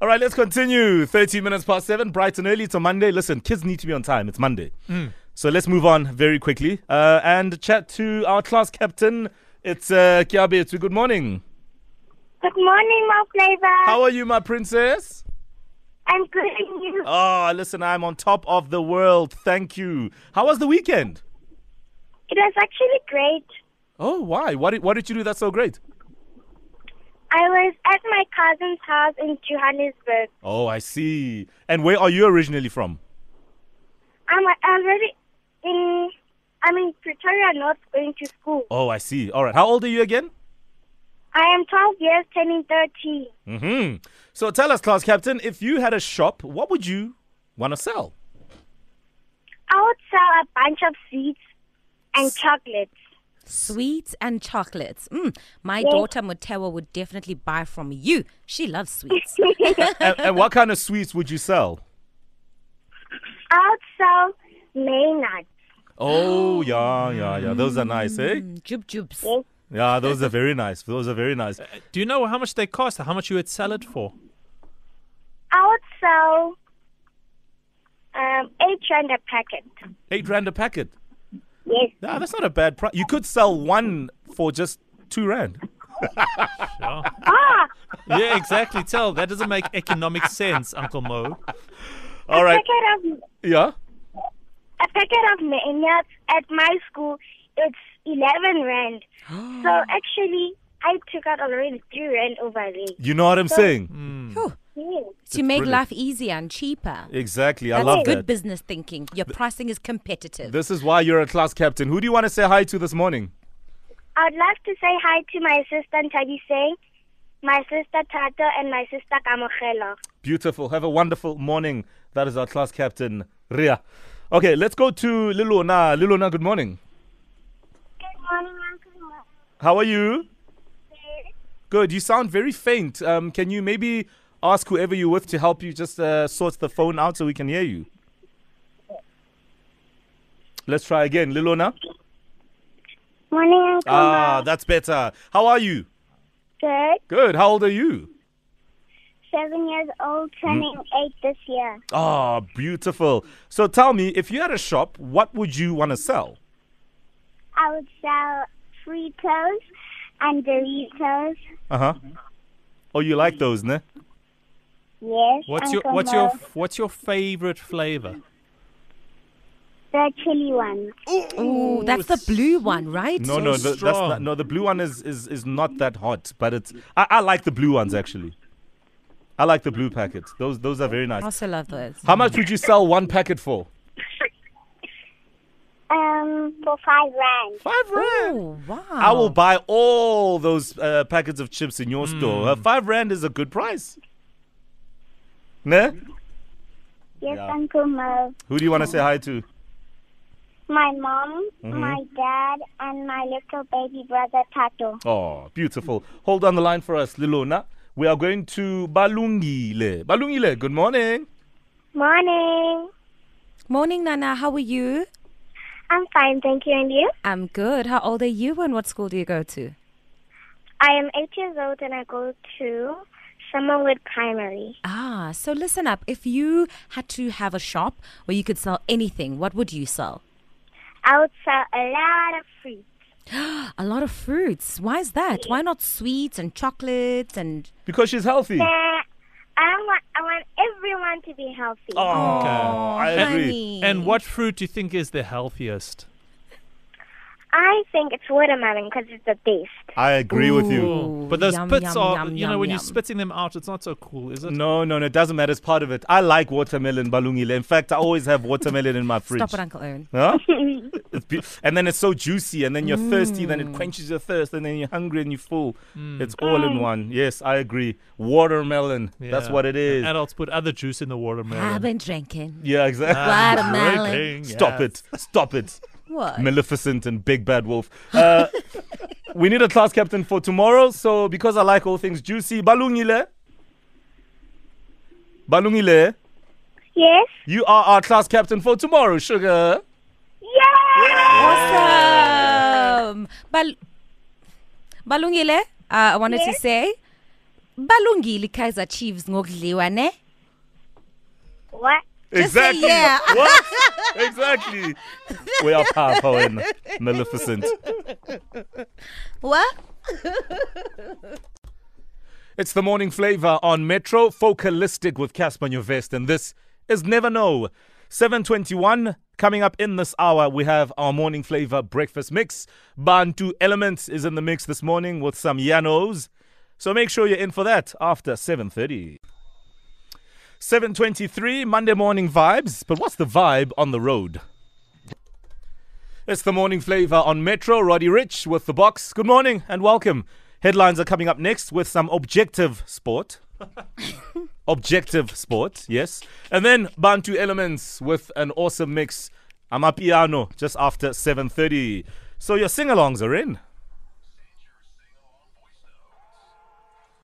All right, let's continue. 30 minutes past seven, bright and early. It's a Monday. Listen, kids need to be on time. It's Monday. So let's move on very quickly uh, and chat to our class captain. It's uh, Kiabetu. Good morning. Good morning, my flavor. How are you, my princess? I'm good and you. Oh, listen, I'm on top of the world. Thank you. How was the weekend? It was actually great. Oh, why? What did, what did you do that's so great? I was at my cousin's house in Johannesburg. Oh, I see. And where are you originally from? I'm already in. I'm in Pretoria North going to school. Oh, I see. All right. How old are you again? I am 12 years, turning 13. hmm So tell us, class captain, if you had a shop, what would you want to sell? I would sell a bunch of sweets and chocolates. Sweets and chocolates. Mm, my daughter Mutewa would definitely buy from you. She loves sweets. and, and what kind of sweets would you sell? I would sell Maynard. Oh, yeah, yeah, yeah. Those are nice, eh? Mm, Jub jubs. Yeah, those are very nice. Those are very nice. Do you know how much they cost? How much you would sell it for? I would sell um, 8 rand a packet. Eight rand a packet. Yes. Nah, that's not a bad price. You could sell one for just two rand. Yeah, Ah, Oh. yeah exactly. Tell that doesn't make economic sense, Uncle Mo. All right. packet of Yeah. a packet of mayonnaise at my school it's 11 rand so actually i took out already 3 rand over there Hmm. You know what I'm saying? Mm. To make brilliant. life easier and cheaper. Exactly. I That's love good that. business thinking. Your pricing is competitive. This is why you're a class captain. Who do you want to say hi to this morning? i'd love to say hi to my sister Tabi Singh, my sister tato and my sister kamogelo Beautiful. Have a wonderful morning. That is our class captain, Ria. Okay, let's go to Lilona. Lilona, good morning. good morning uncle How are you? Good. You sound very faint. Um, can you maybe ask whoever you're with to help you just uh, sort the phone out so we can hear you? Let's try again. Lilona? morning uncle Ah, that's better. How are you? good Good. How old are you? 7 years old Hmm. turning 8 this year Ah, beautiful. So tell me, if you had a shop, what would you want to sell? i would sell fritos and doritos Uh huh. Oh, you like those, ne? yes What's your what's your what's your favorite flavor? the chili one Oh, that's the blue one, right? No, no, the, that's strong. not, no. The blue one is, is, is not that hot, but it's. I, I like the blue ones actually. I like the blue packets. Those those are very I nice. also love those. How much would you sell one packet for? Um, for five rand. Five rand. Oh, wow. I will buy all those uh, packets of chips in your Hmm. store. Uh, five rand is a good price. Ne? Yes, Yeah. Uncle Mo. Who do you want to say hi to? My mom, Mm-hmm. my dad, and my little baby brother Tato. Oh, beautiful. Hold on the line for us, Lilona. We are going to Balungile. Balungile, good morning. Morning. Morning, Nana. How are you? I'm fine, thank you. And you? I'm good. How old are you and what school do you go to? I am eight years old and I go to Summerwood Primary. Ah, so listen up. If you had to have a shop where you could sell anything, what would you sell? I would sell a lot of fruit. A lot of fruits. Why is that? Why not sweets and chocolates and Because she's healthy. Uh, I want, I want everyone to be healthy. Oh, I agree. honey? And what fruit do you think is the healthiest? I think it's watermelon because it's the best. I agree with you. Ooh, but those yum, pits yum, are, yum, you know, yum, when you're yum. spitting them out, it's not so cool, is it? No, no, no, it doesn't matter. It's part of it. I like watermelon balungile. In fact, I always have watermelon in my fridge. Stop it, Uncle Owen. Huh? It's be- and then it's so juicy, and then you're thirsty, then it quenches your thirst, and then you're hungry and you're full. It's all Mm. in one. Yes, I agree. Watermelon. That's Yeah. what it is. Adults put other juice in the I've watermelon. been drinking. yeah, exactly. Ah, Watermelon. Stop it. Stop it. What? Maleficent and Big Bad Wolf. Uh, we need a class captain for tomorrow. So, because I like all things juicy, Balungile. Balungile, Yes? you are our class captain for tomorrow, sugar. Yeah! Um, Awesome. Bal- Balungile, uh, I wanted to say balungile kaizer chiefs ngokudliwa ne What? Just say exactly. yeah. What? exactly. We are powerful and maleficent. what It's the morning flavor on Metro Focalistic with Casper on your vest, and this is Never Know. 721 coming up in this hour we have our morning flavor breakfast mix bantu elements is in the mix this morning with some yanos so make sure you're in for that after 7.30 7.23 monday morning vibes but what's the vibe on the road It's the morning flavor on Metro. Roddy Rich with the box. Good morning and welcome. Headlines are coming up next with some objective sport. objective sport, yes. And then Bantu Elements with an awesome mix. I'm a piano just after 7:30. So your sing-alongs are in.